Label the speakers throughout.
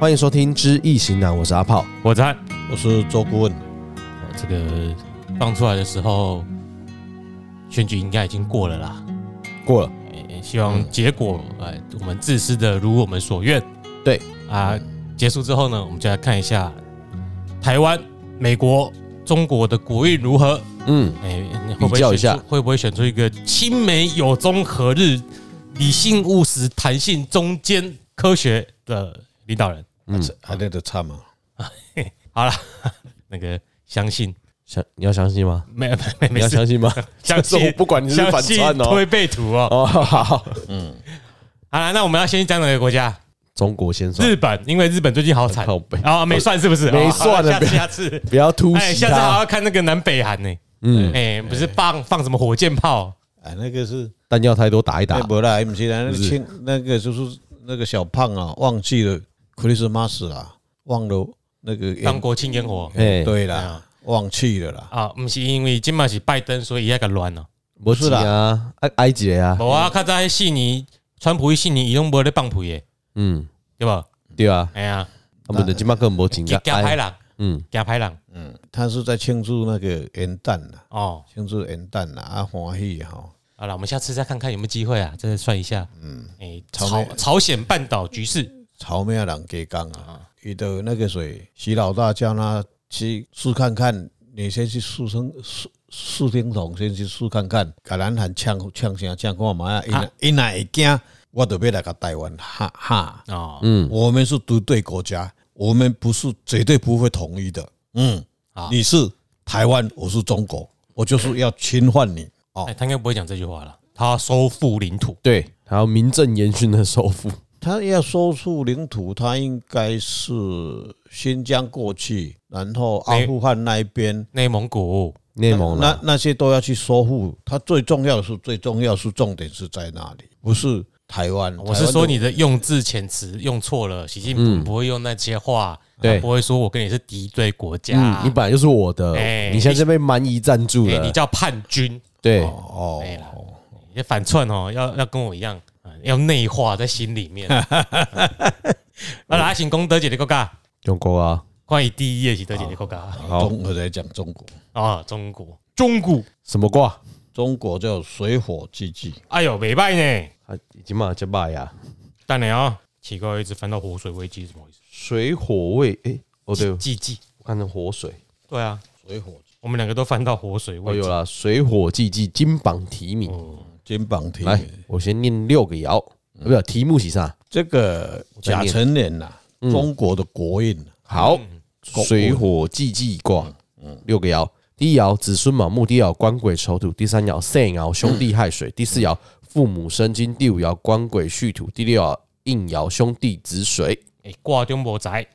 Speaker 1: 欢迎收听《知易行难》，我是阿炮。
Speaker 2: 我在哦
Speaker 3: 我是周顾问，
Speaker 2: 这个放出来的时候，选举应该已经过了啦。
Speaker 3: 过了，
Speaker 2: 诶希
Speaker 1: 嗯
Speaker 2: 望结果，哎，我们自私的如我们所愿。
Speaker 1: 对
Speaker 2: 啊，结束之后呢，我们就来看一下台湾、美国、中国的国运如何。
Speaker 1: 嗯，
Speaker 2: 哎，你会不
Speaker 1: 比
Speaker 2: 会
Speaker 1: 较一
Speaker 2: 选
Speaker 1: 下
Speaker 2: 出会不会选出一个亲美有中和日、理性务实、弹性中间、科学的领导人？
Speaker 3: 嗯，还那个差嘛，
Speaker 2: 好了， 那个相信
Speaker 1: 相你要相信吗？
Speaker 2: 没没没
Speaker 1: 你
Speaker 2: 没
Speaker 1: 要
Speaker 2: 事，
Speaker 1: 相信吗？
Speaker 2: 相
Speaker 1: 这是我
Speaker 2: 信
Speaker 1: 不管你是反
Speaker 2: 相
Speaker 1: 串
Speaker 2: 信
Speaker 1: 哦。
Speaker 2: 推背图哦。
Speaker 1: 哦，好，
Speaker 2: 好了，那我们要先讲哪个国家？
Speaker 1: 中国先算，
Speaker 2: 日本，因为日本最近好惨
Speaker 1: 靠北
Speaker 2: 啊，没算是不是？
Speaker 1: 没算
Speaker 2: 哦
Speaker 1: 了
Speaker 2: 好下次下次，
Speaker 1: 不要突
Speaker 2: 哎，
Speaker 1: 袭
Speaker 2: 下次还
Speaker 1: 他。
Speaker 2: 要看那个南北韩呢。
Speaker 1: 嗯，
Speaker 2: 哎，不是放放什么火箭炮？
Speaker 3: 哎，那个是
Speaker 1: 弹药太多，打一打
Speaker 2: 哎
Speaker 3: 那。不啦，不是啦，那个
Speaker 1: 不是
Speaker 3: 亲那个就是那个小胖啊，忘记了 Christmas 啊，忘了那个
Speaker 2: 当国庆烟火
Speaker 1: 哎，
Speaker 3: 对啦，忘记了啦，
Speaker 2: 啊，不是因为今嘛是拜登，所以一个乱了。
Speaker 1: 不是啊，埃埃及的啊，
Speaker 2: 无啊，较早悉尼，川普去悉尼，伊拢无咧放屁的，
Speaker 1: 嗯，
Speaker 2: 对无？
Speaker 1: 对啊，
Speaker 2: 哎呀，
Speaker 1: 他们的金马根本没情
Speaker 2: 惊
Speaker 1: 感。
Speaker 2: 惊歹
Speaker 1: 哎
Speaker 2: 人，
Speaker 1: 嗯，
Speaker 2: 惊歹人
Speaker 3: 他是在庆祝那个元旦呐，
Speaker 2: 哦。
Speaker 3: 庆祝元旦呐，啊，欢喜哈，
Speaker 2: 好了，我们下次再看看有没有机会啊，再算一下。嗯，哎，朝
Speaker 3: 朝
Speaker 2: 朝鲜半岛局势，
Speaker 3: 草莓人给讲啊，遇到那个谁，习老大叫他去试看看，你先去试声试试听筒，先去试看看，甲咱喊呛呛啥呛看嘛啊，因若因若会惊，我就要来甲台湾哈哈，
Speaker 2: 哦，
Speaker 3: 我们是独对国家，我们不是绝对不会统一的，嗯
Speaker 2: 好，
Speaker 3: 你是台湾，我是中国，我就是要侵犯你哦
Speaker 2: 哎，。他应该不会讲这句话了，他要收复领土。
Speaker 1: 对，还有名正言顺的首 富。
Speaker 3: 他要收复领土，他应该是新疆过去，然后阿富汗那一边，
Speaker 2: 内蒙古
Speaker 1: 内蒙啊
Speaker 3: 那
Speaker 1: 啦，
Speaker 3: 那些都要去收复。他最重要的是，最重要是重点是在那里，不是台湾。
Speaker 2: 哦我是说
Speaker 3: 台湾
Speaker 2: 你的用字遣词用错了，习近平不会用那些话，
Speaker 1: 对
Speaker 2: 他不会说我跟你是敌对国家
Speaker 1: 嗯，，你本来就是我的
Speaker 2: 哎，
Speaker 1: 你现在被蛮夷占住
Speaker 2: 哎你
Speaker 1: 了。
Speaker 2: 叫叛军，
Speaker 1: 对，
Speaker 3: 哦，
Speaker 2: 哎啦，你反串哦，要要跟我一样，啊要内化在心里面。啊，来，请功德姐的国家，
Speaker 1: 中国啊，
Speaker 2: 关于第一页是德姐的国家
Speaker 3: 哦
Speaker 1: 好
Speaker 3: 中我在讲中国，
Speaker 2: 啊，中国，中国，
Speaker 1: 什么卦？
Speaker 3: 中国叫水火既济，
Speaker 2: 哎呦，没败呢，
Speaker 1: 啊，金马叫嘛呀？
Speaker 2: 当然啊，奇怪，一直翻到火水危机是什么意思？
Speaker 1: 水火未，哎，哦对，
Speaker 2: 记记，
Speaker 1: 我看成火水。
Speaker 2: 对啊，
Speaker 3: 水火既济
Speaker 2: 我们两个都翻到火水
Speaker 1: 哦，
Speaker 2: 危
Speaker 1: 有
Speaker 2: 机。
Speaker 1: 啦，水火既济，金榜题名。
Speaker 2: 哦
Speaker 3: 金榜题
Speaker 1: 来
Speaker 3: 名。，
Speaker 1: 我先念六个爻，
Speaker 2: 嗯
Speaker 1: 啊不是题目是啥？
Speaker 3: 这个
Speaker 1: 再
Speaker 3: 甲
Speaker 1: 念
Speaker 3: 辰年呐，中国的国运啊
Speaker 1: 好，
Speaker 2: 嗯
Speaker 1: 水火既济卦，六个爻。第一爻子孙满目，第二爻官鬼丑土，第三爻肾爻兄弟亥水，第四爻父母生金，第五爻官鬼戌土，第六爻应爻兄弟子水。
Speaker 2: 哎，挂中博宅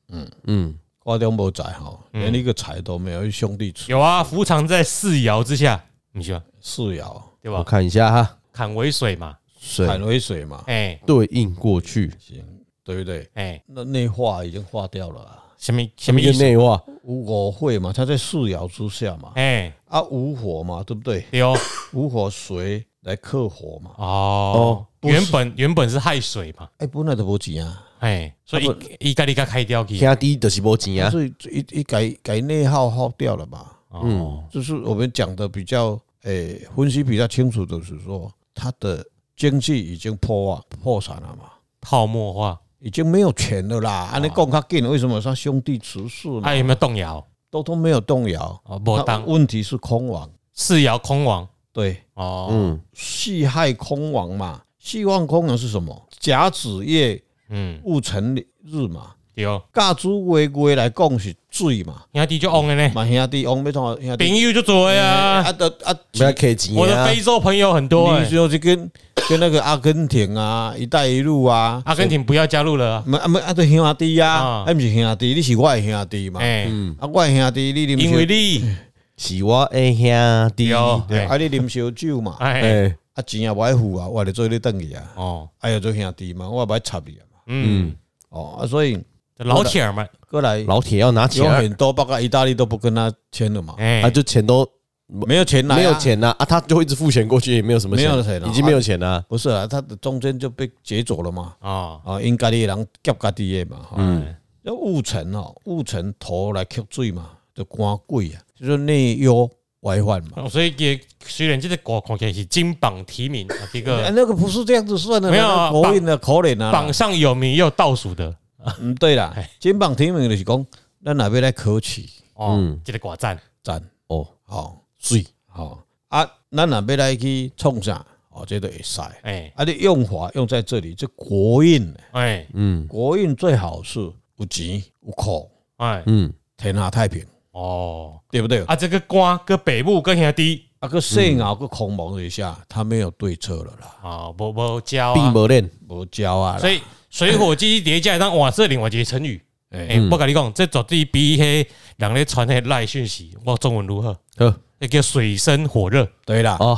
Speaker 1: 嗯，
Speaker 3: 挂掉没财哈，连一个财都没有，兄弟出
Speaker 2: 有啊，伏藏在四爻之下，你说
Speaker 3: 四爻，
Speaker 2: 对
Speaker 1: 我
Speaker 2: 吧？
Speaker 1: 看一下哈，
Speaker 2: 坎为水嘛，
Speaker 1: 水
Speaker 3: 坎为水嘛，
Speaker 2: 哎
Speaker 1: 对应过去，
Speaker 3: 行，对不对？
Speaker 2: 哎，
Speaker 3: 那内化已经化掉了啊，
Speaker 2: 什么什
Speaker 1: 什
Speaker 2: 么
Speaker 1: 么
Speaker 2: 意
Speaker 1: 叫
Speaker 2: 思？
Speaker 1: 内化？
Speaker 3: 无火会嘛，它在四爻之下嘛，
Speaker 2: 哎，
Speaker 3: 啊，无火嘛，对不对？
Speaker 2: 对哦，
Speaker 3: 无火水来克火嘛，
Speaker 2: 哦，
Speaker 3: 不是
Speaker 2: 原本原本是亥水嘛，
Speaker 3: 哎，本来都无钱啊，
Speaker 2: 哎，所以一一盖一盖开掉去，
Speaker 1: 天低就是无钱啊，
Speaker 3: 所以一一改改内耗耗掉了嘛，
Speaker 1: 嗯
Speaker 2: 哦，
Speaker 3: 就是我们讲的比较，诶，分析比较清楚的是说，它的经济已经破啊破产了嘛。
Speaker 2: 泡沫化，
Speaker 3: 已经没有钱了啦，安尼讲较紧，为什么他兄弟辞世嘛
Speaker 2: 哎，有没有动摇？
Speaker 3: 都都没有动摇。
Speaker 2: 哦，不
Speaker 3: 那
Speaker 1: 嗯
Speaker 2: 当
Speaker 3: 问题是空亡，
Speaker 2: 四爻空亡，
Speaker 3: 对，
Speaker 2: 哦，
Speaker 1: 嗯，
Speaker 3: 系害空亡嘛。系旺空亡是什么？甲子夜
Speaker 2: 嗯，
Speaker 3: 戊辰日嘛，
Speaker 2: 对哦，
Speaker 3: 甲子月月来讲是水嘛，
Speaker 2: 兄弟就 on 了
Speaker 1: 嗯
Speaker 2: 呢，
Speaker 3: 嘛兄弟翁要怎么兄
Speaker 2: 朋
Speaker 3: 弟？
Speaker 2: 友就做的哎啊，
Speaker 3: 啊，都啊，
Speaker 1: 不要开钱
Speaker 2: 我的
Speaker 1: 啊。
Speaker 2: 非洲朋友很多
Speaker 3: 你
Speaker 2: 哎，
Speaker 3: 说就跟跟那个阿根廷啊，一带一路啊，
Speaker 2: 阿根廷不要加入了啊，
Speaker 3: 没啊没啊，对兄弟
Speaker 2: 啊
Speaker 3: 啊，啊不是兄弟，你是我的兄弟
Speaker 1: 嗯
Speaker 3: 嘛，
Speaker 2: 哎，
Speaker 3: 啊我的兄弟，你啉
Speaker 2: 因为你
Speaker 1: 是我的兄弟。
Speaker 2: 对哦，
Speaker 3: 对，
Speaker 2: 哎
Speaker 3: 啊，你啉烧酒嘛，
Speaker 2: 哎，
Speaker 1: 哎，
Speaker 3: 啊钱也袂付啊，我就做你等去啊，
Speaker 2: 哦，
Speaker 3: 哎呀做兄弟嘛，我也袂插你啊嘛，
Speaker 2: 嗯，
Speaker 3: 哦啊，所以
Speaker 2: 这老铁儿们，
Speaker 3: 过来
Speaker 1: 老铁要拿钱
Speaker 3: 有
Speaker 1: 啊，
Speaker 3: 很多，包括意大利都不跟他签了嘛，
Speaker 2: 哎
Speaker 1: 他，就钱都
Speaker 3: 没有钱来，
Speaker 1: 没有，钱呐啊，他就会一直付钱过去，也没有什么钱，
Speaker 3: 没有钱了
Speaker 1: 已经没有钱了。
Speaker 3: 不是啊，他的中间就被解走了嘛，
Speaker 2: 哦，
Speaker 3: 啊，因家里的人夹家己的嘛，哈，
Speaker 1: 嗯，
Speaker 3: 要戊辰哦，戊辰头来吸水嘛，就官贵啊，就说内忧外患嘛。
Speaker 2: 哦所以也虽然这个国看起来是金榜题名，啊，这
Speaker 1: 嗯
Speaker 3: 哎，
Speaker 2: 个
Speaker 3: 那个不是这样子算的，
Speaker 2: 没有
Speaker 3: 那
Speaker 2: 啊
Speaker 3: 个国运的可怜啊啦。
Speaker 2: 榜上有名也有倒数的
Speaker 3: 嗯，对啦
Speaker 2: 哎，
Speaker 3: 金榜题名就是讲，咱若要来考试，
Speaker 2: 哦
Speaker 1: 嗯，
Speaker 2: 这个寡赞
Speaker 3: 赞
Speaker 1: 哦，
Speaker 3: 吼
Speaker 1: 水
Speaker 3: 吼啊，咱若要来去创啥，哦，这都会使。啊，
Speaker 2: 哎
Speaker 3: 你用法用在这里，这国运，
Speaker 2: 哎
Speaker 1: 嗯
Speaker 3: 国运最好是有钱有苦，
Speaker 2: 哎
Speaker 1: 嗯，
Speaker 3: 天下太平，
Speaker 2: 哦
Speaker 3: 对不对？
Speaker 2: 啊，这个官跟北部跟兄弟
Speaker 3: 啊，个圣鳌个孔蒙一下，他没有对策了啦，
Speaker 2: 啊，无无交
Speaker 1: 并
Speaker 2: 啊，
Speaker 1: 没练
Speaker 3: 无教啊啦，
Speaker 2: 所以水火积叠加，当哇，这另外一个成语。
Speaker 3: 哎，
Speaker 2: 哎，
Speaker 1: 嗯
Speaker 2: 我跟你讲，这绝对比迄人咧传迄赖讯息，我中文如何？
Speaker 1: 呵
Speaker 2: 那叫水深火热，
Speaker 3: 对啦，
Speaker 1: 哦，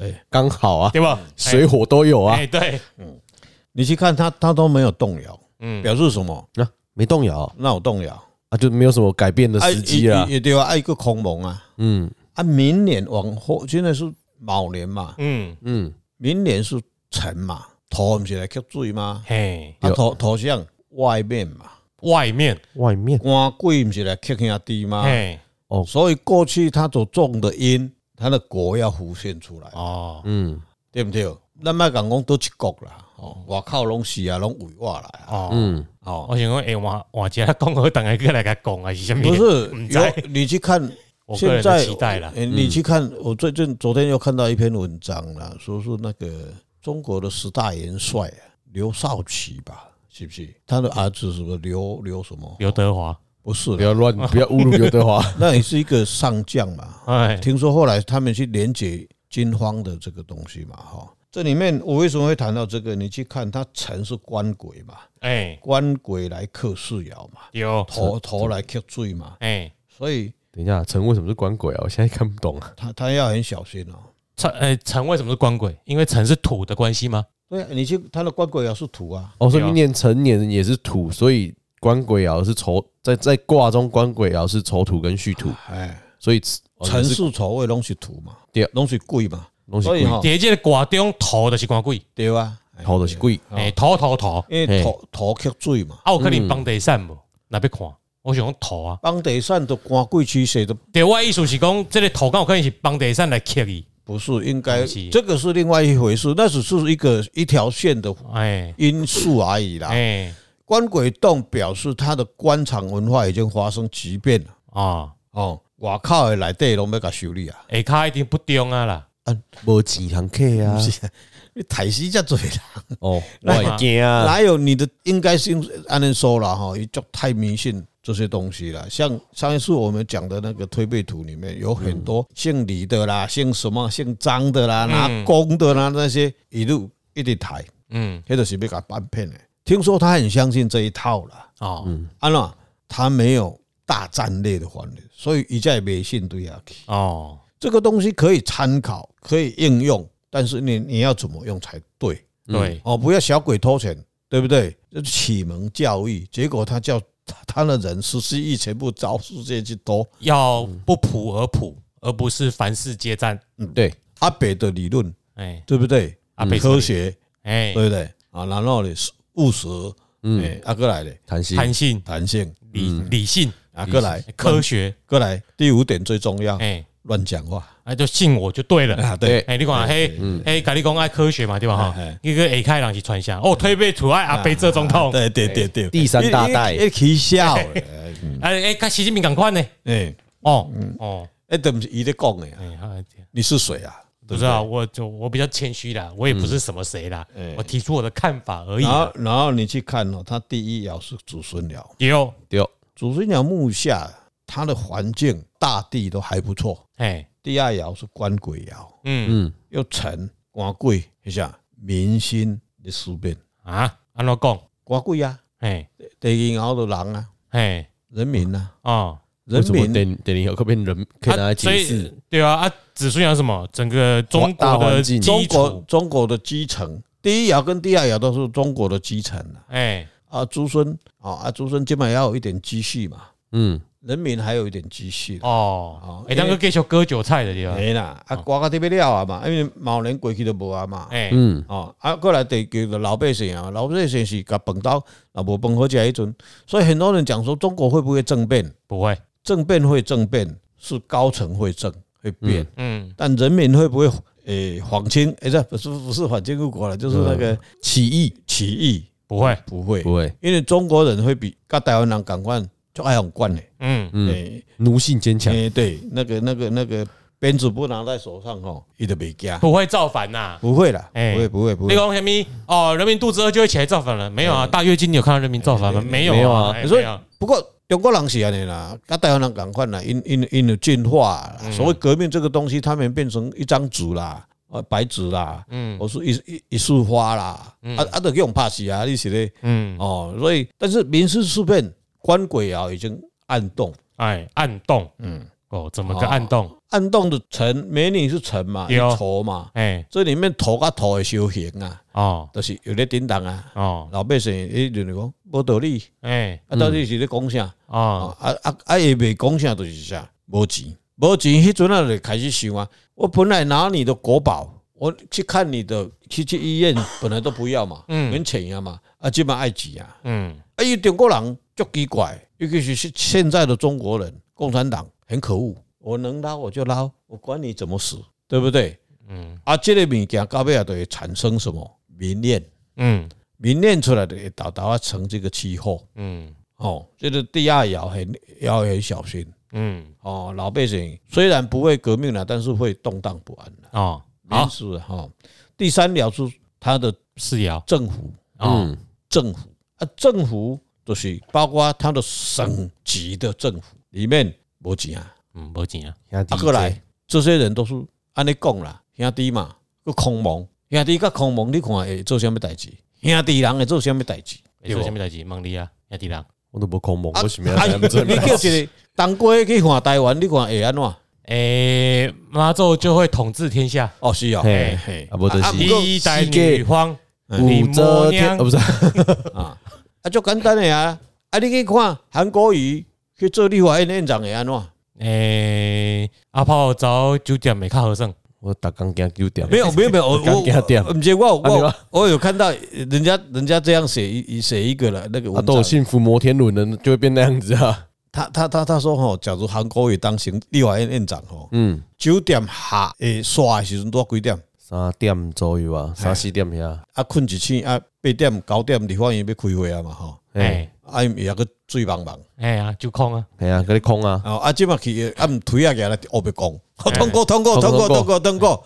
Speaker 3: 哎，
Speaker 1: 刚好啊，
Speaker 2: 对吧？
Speaker 1: 水火都有啊
Speaker 2: 哎，对，
Speaker 3: 你去看他，他都没有动摇，
Speaker 2: 嗯，
Speaker 3: 表示什么？
Speaker 1: 啊，没动摇
Speaker 3: 那有动摇，
Speaker 1: 啊，就没有什么改变的时机
Speaker 3: 啊
Speaker 1: 啦
Speaker 3: 也。也对啊，啊一个孔蒙啊，
Speaker 1: 嗯
Speaker 3: 啊，明年往后现在是卯年嘛，
Speaker 2: 嗯，
Speaker 1: 嗯，
Speaker 3: 明年是辰嘛，头不是来吸水吗？
Speaker 2: 嘿，
Speaker 3: 啊，
Speaker 1: 对
Speaker 3: 头头像外面嘛，
Speaker 2: 外面，
Speaker 1: 外面
Speaker 3: 官贵不是来吸兄弟吗？
Speaker 2: 嘿，
Speaker 3: 所以过去他所种的因，他的果要浮现出来，
Speaker 2: 哦，
Speaker 1: 嗯
Speaker 3: 对不对？咱莫讲讲都一国啦，哦，外口拢是啊，拢围我来啊，
Speaker 2: 哦，
Speaker 1: 嗯
Speaker 3: 哦，
Speaker 2: 我想讲，哎，换换一下讲好，等下过来甲讲啊，是什么？
Speaker 3: 不是
Speaker 2: 唔知，
Speaker 3: 有你去看
Speaker 2: 我个
Speaker 3: 现
Speaker 2: 人的
Speaker 3: 在
Speaker 2: 期待啦。嗯
Speaker 3: 诶你去看，我最近昨天又看到一篇文章啦，说是那个中国的十大元帅啊刘少奇吧，是不是？他的儿子什么刘刘什么？
Speaker 2: 刘德华，
Speaker 3: 不是
Speaker 1: 不
Speaker 3: 啦，
Speaker 1: 要乱，不要侮辱刘德华。
Speaker 3: 那也是一个上将嘛。
Speaker 2: 哎，
Speaker 3: 听说后来他们去连接金荒的这个东西嘛，哈。这里面我为什么会谈到这个？你去看，他臣是官鬼嘛，
Speaker 2: 哎，
Speaker 3: 官鬼来克世爻嘛，
Speaker 2: 有，
Speaker 3: 头头来克罪嘛，
Speaker 2: 哎，
Speaker 3: 所以
Speaker 1: 等一下，陈为什么是官鬼啊？我现在看不懂啊。
Speaker 3: 他他要很小心哦。
Speaker 2: 陈，哎，陈为什么是官鬼？因为陈是土的关系吗？
Speaker 3: 对啊，你去他的官鬼爻是土啊，
Speaker 1: 哦，所以
Speaker 2: 对啊
Speaker 1: 明年成年也是土，所以官鬼爻是丑，在在卦中官鬼爻是丑土跟戌土，
Speaker 3: 哎，
Speaker 1: 所以
Speaker 3: 城市丑位拢是土嘛，
Speaker 1: 对
Speaker 3: 拢是贵嘛，
Speaker 1: 东西
Speaker 3: 所以
Speaker 1: 贵，
Speaker 3: 哈，
Speaker 2: 第一个卦中土就是官鬼，
Speaker 3: 对啊，哎
Speaker 1: 头都是贵。
Speaker 2: 哎，土土土，
Speaker 3: 因
Speaker 1: 嘿
Speaker 3: 为土土克水嘛，
Speaker 2: 啊，有可能房地产无，那要看。我想讲土啊，
Speaker 3: 房地产的官贵趋势都
Speaker 2: 对我的意思是讲，这个土干有可能是房地产来吸伊，
Speaker 3: 不是应该，
Speaker 2: 不是
Speaker 3: 这个是另外一回事，那只是一个一条线的
Speaker 2: 哎
Speaker 3: 因素而已啦。
Speaker 2: 哎
Speaker 3: 官鬼洞表示它的官场文化已经发生巨变了，
Speaker 2: 啊，
Speaker 3: 哦，外口的内底拢要甲修理啊，
Speaker 2: 下骹一定不中啊啦，
Speaker 1: 无钱通客 啊
Speaker 3: 不！是啊，你台死遮多啦，
Speaker 1: 哦，我会惊啊！
Speaker 3: 哪有你的应该是用按人说了哈，一就太迷信这些东西了。像上一次我们讲的那个推背图里面，有很多姓李的啦，姓什么姓张的啦，拿公的啦那些一路一直抬，
Speaker 2: 嗯
Speaker 3: 那就是被他半骗的。听说他很相信这一套了，
Speaker 2: 哦
Speaker 3: 安娜他没有大战略的环节，所以一再迷信对下去。
Speaker 2: 哦，
Speaker 3: 这个东西可以参考，可以应用，但是你你要怎么用才对。
Speaker 2: 对，
Speaker 3: 哦，不要小鬼偷钱，对不对？这是启蒙教育，结果他叫他他的人十四亿全部遭世界去偷。
Speaker 2: 要不普而普，而不是凡事皆战，
Speaker 1: 对，
Speaker 3: 阿北的理论，
Speaker 2: 哎，
Speaker 3: 对不对？
Speaker 2: 阿北
Speaker 3: 嗯科，学，
Speaker 2: 哎，
Speaker 3: 对不对？啊，然后呢，务实，
Speaker 1: 嗯，
Speaker 3: 哎，阿哥来的
Speaker 1: 谈心
Speaker 2: 弹性、
Speaker 3: 弹性，
Speaker 2: 理
Speaker 3: 嗯
Speaker 2: 理性、
Speaker 3: 阿哥来
Speaker 2: 科学，
Speaker 3: 哥来。第五点最重要，
Speaker 2: 哎，
Speaker 3: 乱讲话
Speaker 2: 那就信我就对了。
Speaker 3: 啊，对，
Speaker 2: 哎，你看，嘿，
Speaker 3: 嗯
Speaker 2: 嘿，甲你讲爱科学嘛，对吧？
Speaker 3: 哎
Speaker 2: 哈
Speaker 3: 哎，
Speaker 2: 一个下开人是传销，哦，推背图爱阿贝这总统，
Speaker 3: 啊对对对对，
Speaker 1: 第三大代
Speaker 3: 一起笑的，哎嗯
Speaker 2: 哎哎，甲习近平共款呢，
Speaker 3: 哎，
Speaker 2: 哦
Speaker 1: 嗯
Speaker 2: 哦，
Speaker 3: 哎，都不是伊在讲的啊，
Speaker 2: 哎，好
Speaker 3: 你是谁啊？
Speaker 2: 不知道，我就我比较谦虚啦，我也不
Speaker 1: 嗯
Speaker 2: 是什么谁啦，
Speaker 1: 哎
Speaker 2: 我提出我的看法而已
Speaker 3: 然
Speaker 2: 啦。
Speaker 3: 后然后你去看哦，他第一爻是子孙爻，
Speaker 2: 有，
Speaker 1: 对，
Speaker 3: 祖孙鸟目下，它的环境大地都还不错。
Speaker 2: 哎，
Speaker 3: 第二爻是官鬼爻，
Speaker 2: 嗯
Speaker 1: 嗯，
Speaker 3: 又辰官鬼，一下民心的思变，
Speaker 2: 啊，安怎讲？
Speaker 3: 官鬼啊，
Speaker 2: 哎
Speaker 3: 第二爻的人啊，
Speaker 2: 哎
Speaker 3: 人民啊，
Speaker 2: 哦，
Speaker 1: 为
Speaker 3: 人
Speaker 1: 什么
Speaker 3: 民
Speaker 1: 等等你有可变人可以拿来
Speaker 2: 啊所
Speaker 1: 解
Speaker 2: 以
Speaker 1: 释？
Speaker 2: 对啊啊，子孙养什么？整个中
Speaker 1: 大
Speaker 2: 国
Speaker 1: 环
Speaker 2: 的
Speaker 1: 境
Speaker 3: 中
Speaker 2: 呃基
Speaker 3: 国
Speaker 2: 础，
Speaker 3: 中国的基层，第一爻跟第二爻都是中国的基层啊。哦
Speaker 2: 哎哦
Speaker 3: 啊，子孙啊啊，子孙今晚要有一点积蓄嘛，
Speaker 1: 嗯，
Speaker 3: 人民还有一点积蓄啦，
Speaker 2: 哦
Speaker 3: 哦，
Speaker 2: 哎，那个继续割韭菜的对
Speaker 1: 哎
Speaker 2: 吧？
Speaker 3: 没啦，啊，刮到特别了啊嘛，因为毛年过去都无啊嘛，
Speaker 2: 哦哎，
Speaker 1: 嗯，
Speaker 3: 哦，啊，过来地球的老百姓啊，老百姓是甲饭到啊无饭好食迄阵，所以很多人讲说中国会不会政变？
Speaker 2: 不会，
Speaker 3: 政变会政变，是高层会政会变，
Speaker 2: 嗯，
Speaker 3: 但人民会不会诶反清？诶、这不是不是反清复国了，就是那个
Speaker 1: 起义
Speaker 3: 起义，
Speaker 2: 嗯不会，
Speaker 3: 不会，
Speaker 1: 不会，
Speaker 3: 因为中国人会比甲台湾人赶快就爱很惯的，
Speaker 2: 嗯，
Speaker 3: 诶、
Speaker 1: 奴性坚强，
Speaker 3: 诶、对，那个那个那个鞭子不拿在手上吼，伊就袂惊，
Speaker 2: 不会造反呐。
Speaker 3: 不会啦，
Speaker 2: 哎
Speaker 3: 不会不会不
Speaker 2: 那
Speaker 3: 会。
Speaker 2: 个什么哦，人民肚子饿就会起来造反了？没有啊，大跃进你有看到人民造反吗？没有
Speaker 1: 没有
Speaker 2: 啊
Speaker 1: 啊，
Speaker 2: 哎
Speaker 3: 你说
Speaker 2: 没有
Speaker 3: 不过中国人是安尼啦，甲台湾人赶快啦，因因因有进化啦，
Speaker 2: 嗯
Speaker 3: 所谓革命这个东西，他们变成一张纸啦，呃，白纸啦，
Speaker 2: 嗯
Speaker 3: 我说一一一束花啦，啊啊，都给我们拍死啊，你是咧
Speaker 2: 嗯，
Speaker 3: 哦，所以但是民事事变，官鬼啊已经暗动，
Speaker 2: 哎，暗动，嗯，哦，怎么个暗动？
Speaker 3: 暗动的臣美女是臣嘛，
Speaker 2: 对哦
Speaker 3: 有仇嘛，
Speaker 2: 哎，
Speaker 3: 这里面头甲头的修行啊，
Speaker 2: 哦，
Speaker 3: 都是有咧叮当啊，
Speaker 2: 哦，
Speaker 3: 老百姓伊就是讲无道理，
Speaker 2: 哎，
Speaker 3: 啊到底是咧讲啥？
Speaker 2: 哦，
Speaker 3: 啊啊啊啊！也袂讲啥，就是啥，无钱，无钱，迄阵啊就开始想啊。我本来拿你的国宝，我去看你的，去去医院，本来都不要嘛，
Speaker 2: 嗯
Speaker 3: 免钱啊嘛，啊，即嘛爱钱啊。
Speaker 2: 嗯，
Speaker 3: 啊，伊中国人足奇怪，尤其是现现在的中国人，共产党很可恶。我能捞我就捞，我管你怎么死，对不对？
Speaker 2: 嗯，
Speaker 3: 啊，这个物件到尾啊，就会产生什么民怨，
Speaker 2: 嗯，
Speaker 3: 民怨出来的会导导啊成这个气候。
Speaker 2: 嗯，
Speaker 3: 哦，这个地下窑很要很小心。
Speaker 2: 嗯，
Speaker 3: 哦，老百姓虽然不会革命了，但是会动荡不安了。
Speaker 2: 哦，好
Speaker 3: 民，是哈、哦，第三了是他的
Speaker 2: 四爻，
Speaker 3: 政府，
Speaker 2: 哦，
Speaker 1: 嗯，
Speaker 3: 政府啊，政府就是包括他的省级的政府里面无钱啊，
Speaker 2: 嗯，没钱啊，
Speaker 1: 兄弟
Speaker 3: 啊过来，这些人都是安尼讲啦，兄弟嘛，个空蒙，兄弟甲空蒙，你看会做什么代志？兄弟人会做什么代志？
Speaker 2: 没做什么代志？问你啊，亚迪人，
Speaker 1: 我都不空蒙，为什么要
Speaker 3: 啊，
Speaker 1: 这样
Speaker 3: 你
Speaker 1: 子？
Speaker 3: 叫一个当归去看台湾，你看会安怎？
Speaker 2: 哎，妈祖就会统治天下，
Speaker 3: 哦，是哦，
Speaker 1: 嘿
Speaker 3: 嘿
Speaker 1: 啊，不就是
Speaker 3: 啊
Speaker 2: 第一代女皇，
Speaker 1: 武则天啊，
Speaker 2: 嗯
Speaker 1: 不是
Speaker 3: 啊，啊，足简单诶啊！啊，你去看韩国瑜去做立法院院长会安怎？
Speaker 2: 哎，阿炮早九点没看和尚，
Speaker 1: 我打刚刚丢掉，
Speaker 3: 没有，没有，没有，我
Speaker 1: 刚
Speaker 3: 我
Speaker 1: 给他点
Speaker 3: 不是我
Speaker 1: 啊你
Speaker 3: 我
Speaker 1: 吗
Speaker 3: 我有看到人家人家这样写一写一个了那个
Speaker 1: 啊，
Speaker 3: 文
Speaker 1: 都有
Speaker 3: 章，
Speaker 1: 幸福摩天轮的，就会变那样子啊。
Speaker 3: 他他他他说吼，假如韩国瑜当行立法院院长吼，
Speaker 1: 嗯，
Speaker 3: 九点下诶刷诶时阵多几点？
Speaker 1: 三点左右啊，三四点遐。
Speaker 3: 啊，困一醒啊，八点九点立法院要开会啊嘛吼，
Speaker 1: 哎，
Speaker 2: 哎，
Speaker 3: 啊伊也个醉茫茫，
Speaker 2: 哎呀，就空啊，
Speaker 1: 哎呀，给你空啊，
Speaker 3: 啊啊即嘛去啊毋腿啊起来后壁讲，好通过通哎过通过通过通过，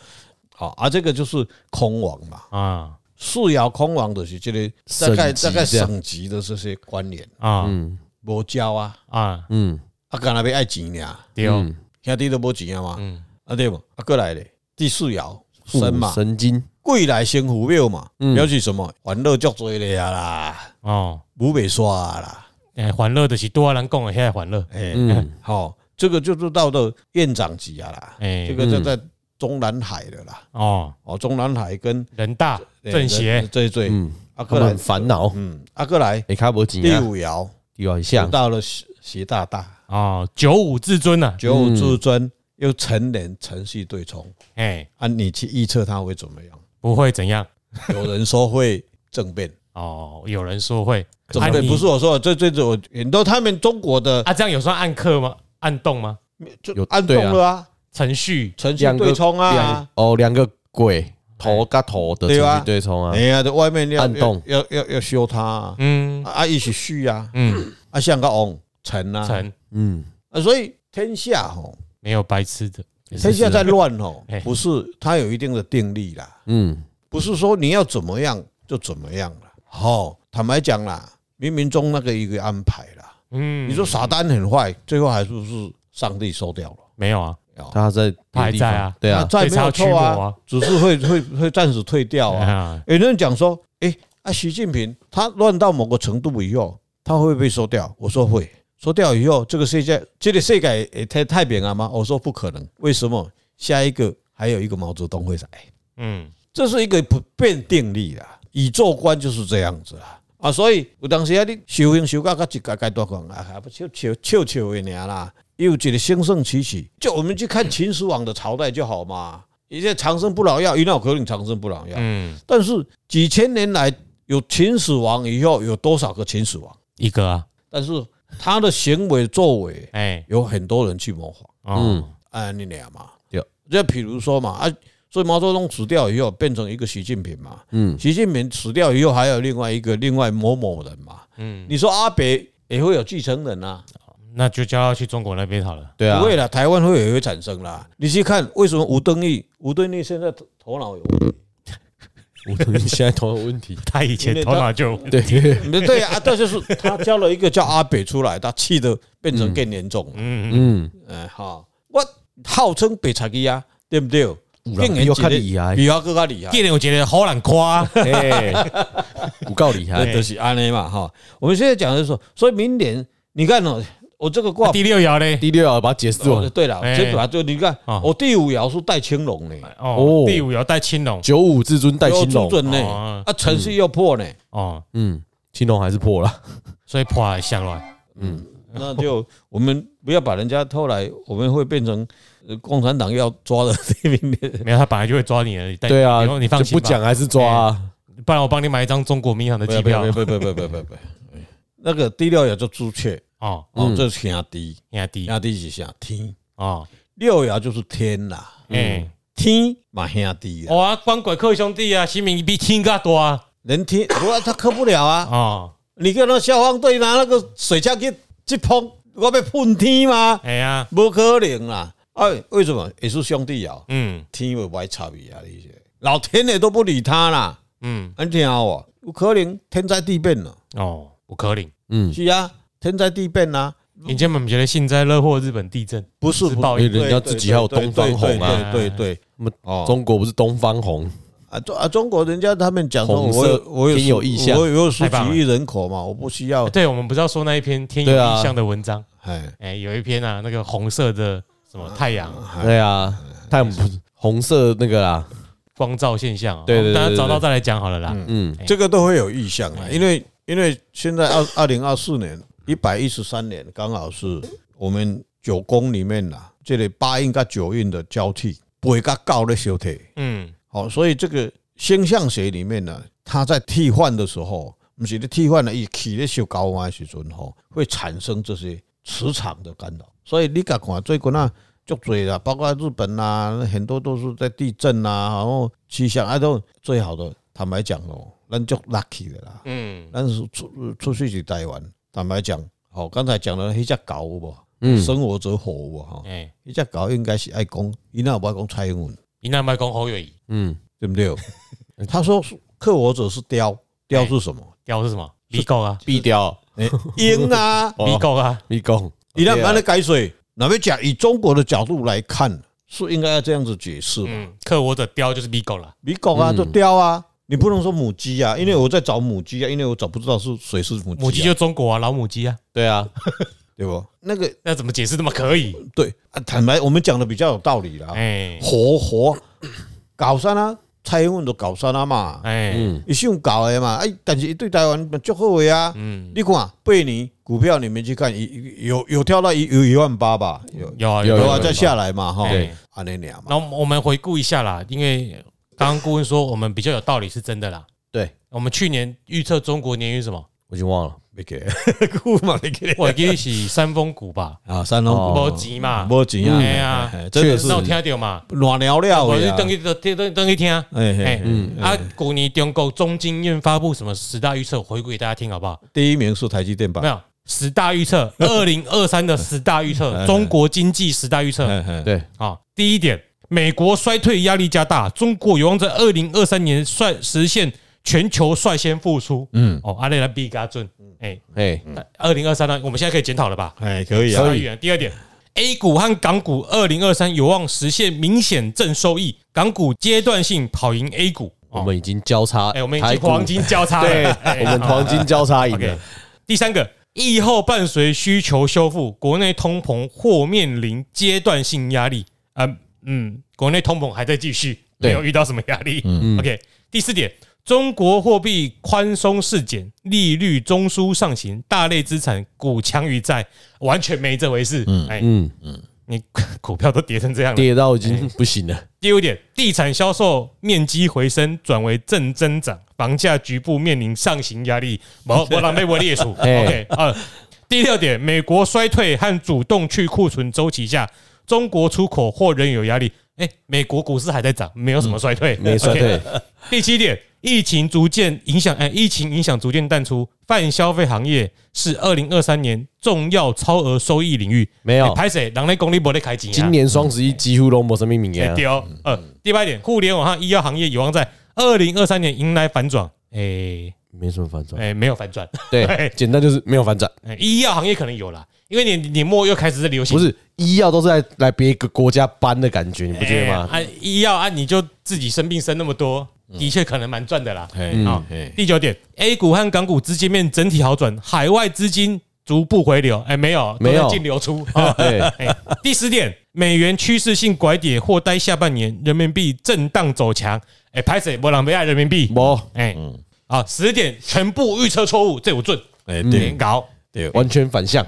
Speaker 3: 好啊这个就是空王嘛。
Speaker 2: 啊
Speaker 3: 四爻空王就是这个大
Speaker 1: 省
Speaker 3: 概
Speaker 1: 级
Speaker 3: 大概
Speaker 1: 这样
Speaker 3: 省级的这些官员
Speaker 2: 啊
Speaker 1: 嗯
Speaker 3: 无交啊，
Speaker 2: 啊，
Speaker 1: 嗯，
Speaker 3: 啊干那边爱钱俩，
Speaker 2: 对，哦
Speaker 1: 嗯
Speaker 3: 兄弟都无钱啊嘛，
Speaker 2: 嗯
Speaker 3: 啊对不？啊过来嘞，第四爻
Speaker 1: 父
Speaker 3: 申
Speaker 1: 母
Speaker 3: 嘛，
Speaker 1: 神经，
Speaker 3: 贵来先虎庙嘛，
Speaker 1: 嗯
Speaker 3: 表示什么？玩乐足多的啊啦，
Speaker 2: 哦，
Speaker 3: 五北刷啊啦，
Speaker 2: 哎，欢乐就是多人讲的遐欢乐，
Speaker 3: 哎，
Speaker 1: 嗯，
Speaker 3: 好，这个就是到的院长级啊啦，
Speaker 2: 哎
Speaker 3: 这，个就在中南海的啦，
Speaker 2: 哦，
Speaker 3: 哦，中南海跟
Speaker 2: 人大政协，
Speaker 3: 这对
Speaker 1: 嗯，他
Speaker 3: 啊过
Speaker 1: 们
Speaker 3: 来
Speaker 1: 很，烦恼，
Speaker 3: 嗯，啊过来
Speaker 1: 哎，卡无钱
Speaker 3: 第
Speaker 1: 啊，
Speaker 3: 五爻
Speaker 1: 有一项
Speaker 3: 到了习习大大。
Speaker 2: 哦，九五至尊呐，
Speaker 3: 九五至
Speaker 1: 嗯
Speaker 3: 尊又成人程序对冲
Speaker 2: 哎，
Speaker 3: 啊，你去预测它会怎 么样？
Speaker 2: 不会怎样。
Speaker 3: 有人说会政变，
Speaker 2: 哦，有人说会
Speaker 3: 政
Speaker 2: 啊
Speaker 3: 变
Speaker 2: 你
Speaker 3: 不是我说的，这这这我很多他们中国的
Speaker 2: 啊，这样有算暗刻吗？暗动吗？
Speaker 3: 就
Speaker 1: 有
Speaker 3: 按动
Speaker 1: 对啊
Speaker 3: 了啊，
Speaker 2: 程序
Speaker 3: 程序对冲啊，
Speaker 1: 哦，两个鬼头跟头的
Speaker 3: 对啊
Speaker 1: 程序对冲啊
Speaker 3: 哎，呀，在外面要
Speaker 1: 按动
Speaker 3: 要要要要修它啊，
Speaker 2: 嗯
Speaker 3: 啊一起续啊，
Speaker 2: 嗯，
Speaker 3: 啊像个翁成啊，
Speaker 2: 成
Speaker 1: 嗯，
Speaker 3: 啊所以天下吼，
Speaker 2: 没有白吃的，
Speaker 3: 天
Speaker 1: 啊
Speaker 3: 下在乱吼
Speaker 2: 哎，
Speaker 3: 不是它有一定的定力啦，
Speaker 1: 嗯，
Speaker 3: 不是说你要怎么样就怎么样了。好、坦白讲啦，冥冥中那个一个安排啦。
Speaker 2: 嗯
Speaker 3: 你说傻蛋很坏，最后还是不是上帝收掉了？
Speaker 2: 没有啊？
Speaker 3: 哦，
Speaker 1: 他在
Speaker 2: 他还在啊
Speaker 1: 对
Speaker 3: 那
Speaker 1: 啊，
Speaker 3: 再没有
Speaker 2: 所以
Speaker 3: 错
Speaker 2: 才要驱魔啊
Speaker 3: 啊，只是会 会会暂时退掉 啊。
Speaker 2: 啊，
Speaker 3: 有人讲说，诶，啊，习近平他乱到某个程度以后，他会被收掉？我说会，收掉以后，这个世界这个世界也太太平了吗？我说不可能，为什么？下一个还有一个毛泽东会来。
Speaker 2: 嗯
Speaker 3: 啊这是一个不变定力啦。宇宙观就是这样子啦，啊，所以有当时啊，你修行修到到一个阶段讲啊，还不笑笑笑笑的尔啦，又有一个兴盛起起，就我们去看秦始皇的朝代就好嘛。一些长生不老药，一有可能长生不老药，
Speaker 2: 嗯，
Speaker 3: 但是几千年来有秦始皇以后，有多少个秦始皇？
Speaker 2: 一个啊，
Speaker 3: 但是他的行为作为，
Speaker 2: 哎，
Speaker 3: 有很多人去模仿。
Speaker 2: 哦，
Speaker 3: 啊，你俩嘛，
Speaker 1: 对，
Speaker 3: 就比如说嘛，啊，所以毛泽东死掉以后变成一个习近平嘛，
Speaker 1: 嗯，
Speaker 3: 习近平死掉以后还有另外一个另外某某人嘛，
Speaker 2: 嗯，
Speaker 3: 你说阿北也会有继承人啊，
Speaker 2: 那就叫他去中国那边好了。
Speaker 1: 对啊
Speaker 3: 不，会啦，台湾会也会产生啦。你去看为什么吴敦义，吴敦义现在头头脑有问题，
Speaker 1: 我同意现在同样的问题，
Speaker 2: 他以前头脑就
Speaker 3: 嗯
Speaker 2: 有
Speaker 1: 对，
Speaker 3: 你对啊，这就是他教了一个叫阿北出来，他气得变成更严重了，
Speaker 2: 嗯，
Speaker 1: 嗯，
Speaker 3: 哎哈，我号称北茶基啊，对不对？
Speaker 1: 人比我较厉害
Speaker 3: 比我更加厉害。
Speaker 2: 第二我觉得好难夸，
Speaker 1: 哎，不够厉害
Speaker 3: 那，就是安尼嘛哈。我们现在讲的是说，所以明年你看哦，我这个卦，
Speaker 2: 第六爻嘞，
Speaker 1: 第六啊爻把它结束
Speaker 3: 哦
Speaker 1: 了，
Speaker 3: 对了，
Speaker 2: 哎
Speaker 3: 这把就你看
Speaker 2: 哦，
Speaker 3: 我第五爻是带青龙呢，
Speaker 2: 哦
Speaker 1: 哦，
Speaker 2: 第五爻带青龙，
Speaker 1: 九五至尊带
Speaker 3: 有
Speaker 1: 青
Speaker 3: 朱
Speaker 1: 龙，
Speaker 3: 准呢
Speaker 2: 哦，
Speaker 3: 啊，辰戌又破呢，
Speaker 2: 哦，
Speaker 1: 嗯，青龙还是破了，
Speaker 2: 所以破了下来。
Speaker 3: 那就我们不要把人家后来我们会变成呃共产党要抓的这边的，
Speaker 2: 没有，他本来就会抓你的。但
Speaker 1: 对啊
Speaker 2: 以后，你放
Speaker 1: 就
Speaker 2: 心
Speaker 1: 不
Speaker 2: 吧，哎
Speaker 1: 讲还是抓啊，
Speaker 2: 不然我帮你买一张中国民航的
Speaker 3: 不
Speaker 2: 机
Speaker 3: 要不
Speaker 2: 票
Speaker 3: 要。不要不要不要不要不要不要， 那个第六爻叫朱雀，
Speaker 2: 哦，
Speaker 3: 哦
Speaker 1: 嗯，
Speaker 3: 这是兄弟，
Speaker 2: 压低
Speaker 3: 兄弟是啥天，
Speaker 2: 哦，
Speaker 3: 六爻就是天啦，
Speaker 1: 嗯
Speaker 2: 哎，
Speaker 3: 天嘛兄弟啦，
Speaker 2: 哇，哦光鬼克兄弟啊，新民比天更大啊。
Speaker 3: 人天， 不然他克不了啊。
Speaker 2: 哦，
Speaker 3: 你看那消防队拿那个水枪去去喷，我要喷天吗？
Speaker 2: 哎呀，
Speaker 3: 不可能啦！哎，为什么也是兄弟啊？
Speaker 2: 嗯
Speaker 3: 天会歪插伊啊！你这老天爷都不理他啦！
Speaker 2: 嗯，
Speaker 3: 你听哦，有可能天灾地变了，
Speaker 2: 哦，有可能。
Speaker 1: 嗯，
Speaker 3: 是啊，天灾地变啊啦、
Speaker 2: 你这么觉得幸灾乐祸日本地震？
Speaker 3: 不是
Speaker 2: 自爆
Speaker 3: 不是
Speaker 1: 因为人家自己还有东方红
Speaker 2: 对
Speaker 1: 啊
Speaker 3: 对对对对
Speaker 1: 那么
Speaker 3: 哦
Speaker 1: 中国不是东方红，
Speaker 3: 啊中啊中国人家他们讲说，
Speaker 1: 红色
Speaker 3: 我有我有
Speaker 1: 天有异象
Speaker 3: 我有十
Speaker 2: 太棒
Speaker 3: 几
Speaker 2: 了
Speaker 3: 亿人口嘛，我不需要
Speaker 2: 对，我们不是要说那一篇天有
Speaker 1: 对啊
Speaker 2: 异象的文章？
Speaker 3: 哎
Speaker 2: 哎，有一篇啊，那个红色的什么太阳
Speaker 1: 对啊，太阳不是红色那个啊啦，
Speaker 2: 光照现象啊。
Speaker 1: 对对对对
Speaker 2: 大家找到再来讲好了啦。
Speaker 1: 嗯，
Speaker 2: 哎
Speaker 3: 这个都会有意向的，因为因为现在二二零二四年一百一十三年，刚好是我们九宫里面啦，这里八运跟九运的交替，不会跟高的休退。
Speaker 2: 嗯，
Speaker 3: 好，所以这个星象学里面呢，它在替换的时候，不是你替换了一起咧修高弯的时阵吼，会产生这些磁场的干扰。所以你甲看最近啊，足多啦，包括日本啦、很多都是在地震啦、然后气象啊都最好的。坦白讲哦，咱足 lucky 的啦，
Speaker 2: 嗯，
Speaker 3: 咱是出出去是台湾。坦白讲，哦，刚才讲的迄只狗有无？
Speaker 1: 嗯
Speaker 3: 生活者火有无？吼，
Speaker 2: 哎，
Speaker 3: 迄只狗应该是爱讲，伊那无讲蔡英文。
Speaker 2: 你那麦讲侯友谊
Speaker 1: 嗯，
Speaker 3: 对不对？ 他说克我者是雕，雕是什么？
Speaker 2: 雕是什么？李狗啊，
Speaker 1: 必雕，
Speaker 3: 鹰啊！
Speaker 1: 哦
Speaker 2: 李狗啊，
Speaker 1: 立功，
Speaker 3: 你让把它改水，哪边讲？以中国的角度来看，是应该要这样子解释嘛？
Speaker 2: 嗯，克我者雕就是李狗啦。
Speaker 3: 你狗啊，
Speaker 1: 嗯
Speaker 3: 就雕啊，你不能说母鸡啊，因为我在找母鸡啊，因为我找不知道是谁是母鸡啊，
Speaker 2: 母鸡就中国啊，老母鸡啊，
Speaker 1: 对啊，
Speaker 3: 对不？那个
Speaker 2: 那怎么解释那么可以？
Speaker 3: 对啊，坦白我们讲的比较有道理啦，
Speaker 2: 哎
Speaker 3: 活活搞山啊，蔡英文都搞山啊嘛，
Speaker 2: 哎，
Speaker 1: 嗯，
Speaker 3: 伊想搞的嘛，哎，但是伊对台湾嘛足好的啊，
Speaker 2: 嗯，
Speaker 3: 你看贝尼股票，你们去看，有有有跳到一有一万八吧，有
Speaker 2: 有啊
Speaker 1: 有
Speaker 3: 有
Speaker 2: 啊
Speaker 3: 啊，再下来嘛哈
Speaker 2: 对，
Speaker 3: 安尼俩嘛，
Speaker 2: 然后我们回顾一下啦，因为刚刚顾问说我们比较有道理是真的啦。
Speaker 1: 对，
Speaker 2: 我们去年预测中国年运什么？
Speaker 1: 我已经忘了，
Speaker 3: 没给 股嘛，没给
Speaker 2: 我记得是三峰谷吧，
Speaker 3: 啊，三龙
Speaker 1: 哦
Speaker 3: 股
Speaker 2: 无钱嘛，
Speaker 3: 无钱啊，
Speaker 2: 哎呀
Speaker 3: 哎，真的是
Speaker 2: 那有听到嘛？
Speaker 3: 乱聊聊
Speaker 2: 我
Speaker 3: 的
Speaker 2: 就
Speaker 3: 啊，
Speaker 2: 哦等于等等于听。
Speaker 3: 哎
Speaker 2: 哎
Speaker 3: 嘿，
Speaker 1: 嗯
Speaker 2: 啊，去年中国中经院发布什么十大预测，我回顾给大家听好不好？
Speaker 3: 第一名是台积电吧
Speaker 2: 没，有十大预 测，二零二三的十大预测，
Speaker 3: 哎
Speaker 2: 中国经济十大预测。
Speaker 3: 嘿嘿
Speaker 1: 对，
Speaker 2: 啊，第一点，美国衰退压力加大，中国有望在二零二三年率实现全球率先复苏。
Speaker 3: 嗯，
Speaker 2: 哦，阿雷兰比嘎准，哎，
Speaker 1: 哎，
Speaker 2: 二零二三呢，我们现在可以检讨了吧？
Speaker 3: 哎，可以啊
Speaker 2: 可，以。第二点，A 股和港股二零二三有望实现明显正收益，港股阶段性跑赢 A 股。
Speaker 1: 我
Speaker 2: 哦，
Speaker 1: 们已经交叉，
Speaker 2: 哎，我们已
Speaker 1: 台
Speaker 2: 经
Speaker 1: 股
Speaker 2: 黄，金交 叉
Speaker 1: 对
Speaker 2: 了，哎
Speaker 1: 我们黄金交叉赢
Speaker 2: OK
Speaker 1: 了，
Speaker 2: 第三个，疫后伴随需求修复，国内通膨或面临阶段性压力。呃啊，嗯，国内通膨还在继续，没
Speaker 1: 对嗯
Speaker 2: 有遇到什么压力。OK，第四点，中国货币宽松事件，利率中枢上行，大类资产股强于债，完全没这回事。哎，
Speaker 1: 嗯，
Speaker 2: 你股票都跌成这样了。
Speaker 1: 跌到已经不行了，
Speaker 2: 第五点，地产销售面积回升，转为正增长，房价局部面临上行压力。 我我狼狈我列数。
Speaker 1: 哎
Speaker 2: OK 啊。第六点，美国衰退和主动去库存周期下，中国出口或仍有压力。哎、美国股市还在涨，没有什么衰退，
Speaker 1: 嗯没啊衰
Speaker 2: OK
Speaker 1: 退，
Speaker 2: 第七点，疫情逐渐影响，哎、疫情影响逐渐淡出，泛消费行业是二零二三年重要超额收益领域。
Speaker 1: 没
Speaker 2: 哎
Speaker 1: 有。
Speaker 2: 拍谁？人类公立博的开啊金
Speaker 1: 今年双十一几乎都没什么名
Speaker 2: 哎
Speaker 1: 言，
Speaker 2: 丢
Speaker 1: 嗯
Speaker 2: 呃，第八点，互联网和医药行业有望在二零二三年迎来反转。哎、
Speaker 1: 没什么反转。
Speaker 2: 哎、没有反转、
Speaker 1: 对，简单就是没有反转。
Speaker 2: 哎医药行业可能有啦，因为年年末又开始是流行，
Speaker 1: 不是医药都是在来别个国家搬的感觉，你不觉得吗？嗯
Speaker 2: 哎啊，医药啊，你就自己生病生那么多，的确可能蛮赚的啦。
Speaker 3: 哎
Speaker 2: 好
Speaker 3: 哎，
Speaker 2: 第九点，A 股和港股资金面整体好转，海外资金逐步回流。哎，没有，
Speaker 1: 没有
Speaker 2: 都在净流出。哦
Speaker 1: 对，
Speaker 2: 哎第十点，美元趋势性拐点或待下半年，人民币震荡走强。哎，拍谁？我浪费爱人民币。
Speaker 1: 不，
Speaker 2: 哎，好，十点全部预测错误，这我准。
Speaker 3: 哎
Speaker 2: 你
Speaker 3: 对
Speaker 2: 搞，
Speaker 3: 对嗯
Speaker 1: 完全反向。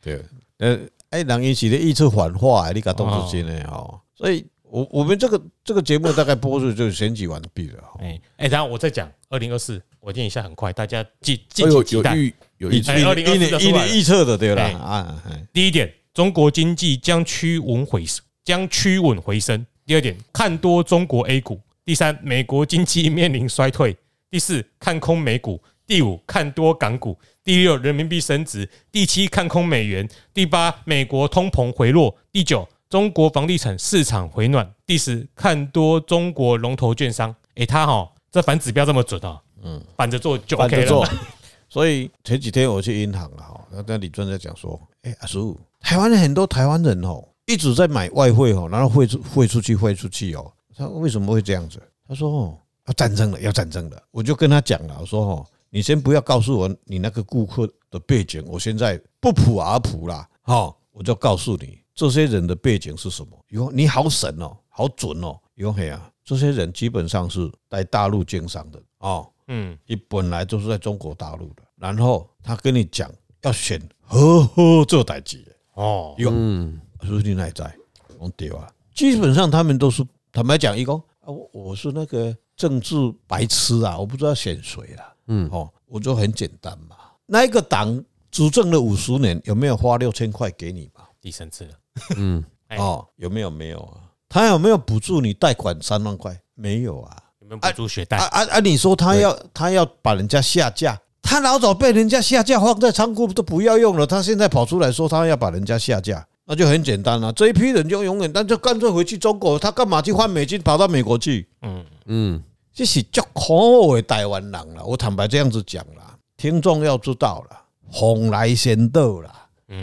Speaker 3: 对，呃，哎，人伊是咧预测反话的，你甲当作真诶吼，所以我我们这个这个节目大概播出就选举完毕了吼，
Speaker 2: 哎哎，然后我再讲二零二四，我念一下，很快，大家敬
Speaker 1: 哎
Speaker 2: 敬
Speaker 1: 呦
Speaker 2: 请，
Speaker 1: 有
Speaker 2: 期待。
Speaker 1: 预有预，
Speaker 2: 哎2024
Speaker 3: 一年
Speaker 2: 就
Speaker 3: 一
Speaker 2: 出来了
Speaker 3: 年预测的对啦
Speaker 2: 哎
Speaker 3: 啊，哎
Speaker 2: 第一点，中国经济将趋稳回将趋稳回升。第二点，看多中国 A 股。第三，美国经济面临衰退。第四，看空美股。第五，看多港股。第六，人民币升值。第七，看空美元。第八，美国通膨回落。第九，中国房地产市场回暖。第十，看多中国龙头券商。诶，他哈这反指标这么准哦，嗯，反着做就
Speaker 1: 反
Speaker 2: OK
Speaker 1: 着
Speaker 2: 了。
Speaker 1: 做，
Speaker 3: 所以前几天我去银行了哈，那那李专在讲说，哎、阿叔，台湾很多台湾人哦，一直在买外汇哦，然后汇出汇出去汇出去哦，他为什么会这样子？他说哦，要战争了，要战争了。我就跟他讲了，我说哦，你先不要告诉我你那个顾客的背景，我现在不普而普啦，哈、我就告诉你这些人的背景是什么。哟，你好神哦，好准哦，哟嘿啊，这些人基本上是在大陆经商的哦。
Speaker 2: 嗯，
Speaker 3: 你本来就是在中国大陆的，然后他跟你讲要选呵呵做代志，
Speaker 2: 哦，
Speaker 3: 有
Speaker 1: 嗯，
Speaker 3: 是不是你哪在？我对啊，基本上他们都是坦白讲，一个啊，我我是那个政治白痴啊，我不知道选谁啦，嗯，哦，我就很简单嘛，那一个党执政了五十年，有没有花六千块给你嘛？
Speaker 2: 第三次了，
Speaker 1: 嗯
Speaker 2: 哎
Speaker 3: 哦，有没有没有啊？他有没有补助你贷款三万块？没有啊。
Speaker 2: 有没有补助学贷
Speaker 3: 啊？啊啊！你说他要他要把人家下架，他老早被人家下架，放在仓库都不要用了，他现在跑出来说他要把人家下架，那就很简单了、这一批人就永远，那就干脆回去中国，他干嘛去换美金跑到美国去？
Speaker 2: 嗯
Speaker 1: 嗯，
Speaker 3: 这是足可恶的台湾人啦！我坦白这样子讲啦，听众要知道啦，红来先到啦。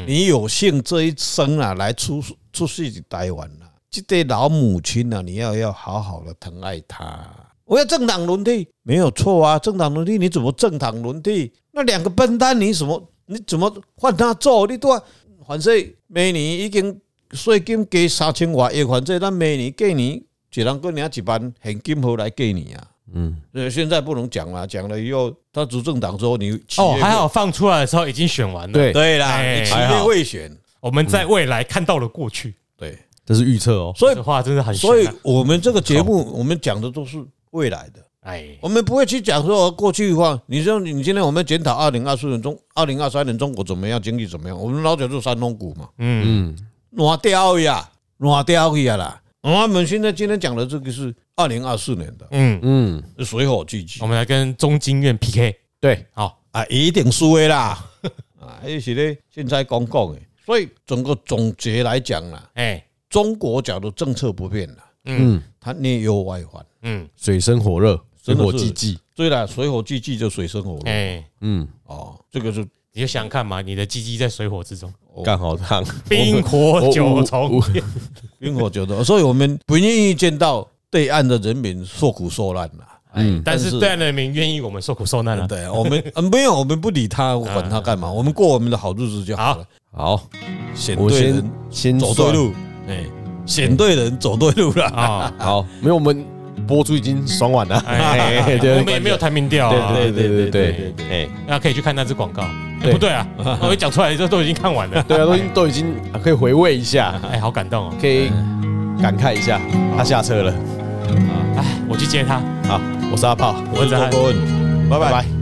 Speaker 3: 你有幸这一生啊，来出出世的台湾啦、这对老母亲啊，你要要好好的疼爱她。我要政党轮替，没有错啊，政党轮替你怎么政党轮替？那两个笨蛋你怎么你怎么换他做？你都要反正每年已经税金加三千外亿，反正咱每年过年一人过领一万现金回来给你啊。嗯，呃，现在不能讲了，讲了以后他执政党之后你七月
Speaker 2: 哦，还好放出来的时候已经选完了。
Speaker 1: 对
Speaker 3: 对啦，
Speaker 2: 哎
Speaker 3: 你七月会选，
Speaker 2: 我们在未来看到了过去，
Speaker 3: 对，
Speaker 1: 这是预测哦。
Speaker 3: 所以
Speaker 2: 这话真的很玄啊
Speaker 3: 所以我们这个节目我们讲的都是未来的，
Speaker 2: 哎，
Speaker 3: 我们不会去讲说哦过去的话。你说你今天我们检讨二零二四年中二零二三年中国怎么样，经济怎么样，我们老早就山东股嘛，
Speaker 2: 嗯，
Speaker 1: 嗯，
Speaker 3: 软掉呀，软掉呀啦。哦我们现在今天讲的这个是二零二四年的
Speaker 2: 嗯，
Speaker 1: 嗯，
Speaker 3: 水火俱进
Speaker 2: 我们来跟中经院 PK。
Speaker 1: 对，
Speaker 2: 好，
Speaker 3: 啊，一定输的啦 啊，那是咧现在讲讲的。所以整个总结来讲啦，
Speaker 2: 哎，
Speaker 3: 中国讲的政策不变啦，
Speaker 2: 嗯
Speaker 3: 它内忧外患。
Speaker 2: 嗯，
Speaker 1: 水深火热，水
Speaker 3: 真的
Speaker 1: 火
Speaker 3: 是
Speaker 1: 既济。
Speaker 3: 对啦，水火既济就水深火热、
Speaker 2: 哎，
Speaker 1: 嗯，
Speaker 3: 哦，这个是
Speaker 2: 你就想想看嘛，你的鸡鸡在水火之中，
Speaker 1: 干好烫，
Speaker 2: 冰火九重
Speaker 1: 我。
Speaker 3: 冰火九斗，所以我们不愿意见到对岸的人民受苦受难啦。
Speaker 1: 嗯
Speaker 2: 哎，但
Speaker 3: 但
Speaker 2: 是
Speaker 3: 是
Speaker 2: 对岸人民愿意我们受苦受难了。
Speaker 3: 对，我们 呃没有，我们不理他，管他干嘛？我们过我们的好日子就好了。
Speaker 1: 嗯好，
Speaker 3: 选
Speaker 1: 我
Speaker 3: 对
Speaker 1: 先
Speaker 3: 人，
Speaker 1: 先
Speaker 3: 走对
Speaker 1: 算
Speaker 3: 路，哎，选对人，走对路啦。
Speaker 2: 啊，
Speaker 1: 好，没有我们播出已经爽完了，
Speaker 2: 哎
Speaker 1: 嘿嘿 对
Speaker 2: 我们也没有谈民调啊，
Speaker 1: 对对对对
Speaker 3: 对
Speaker 1: 对
Speaker 3: 对
Speaker 1: 对，哎，
Speaker 2: 大家可以去看那支广告。哎
Speaker 1: 对
Speaker 2: 不对 啊，我一讲出来这都已经看完了。
Speaker 1: 对啊，都已经都已经可以回味一下，
Speaker 2: 哎，好感动哦！
Speaker 1: 可以感慨一下，他下车了。
Speaker 2: 哎，我去接他。
Speaker 1: 好，我是阿炮，
Speaker 2: 我是阿汉
Speaker 1: 郭文，拜拜。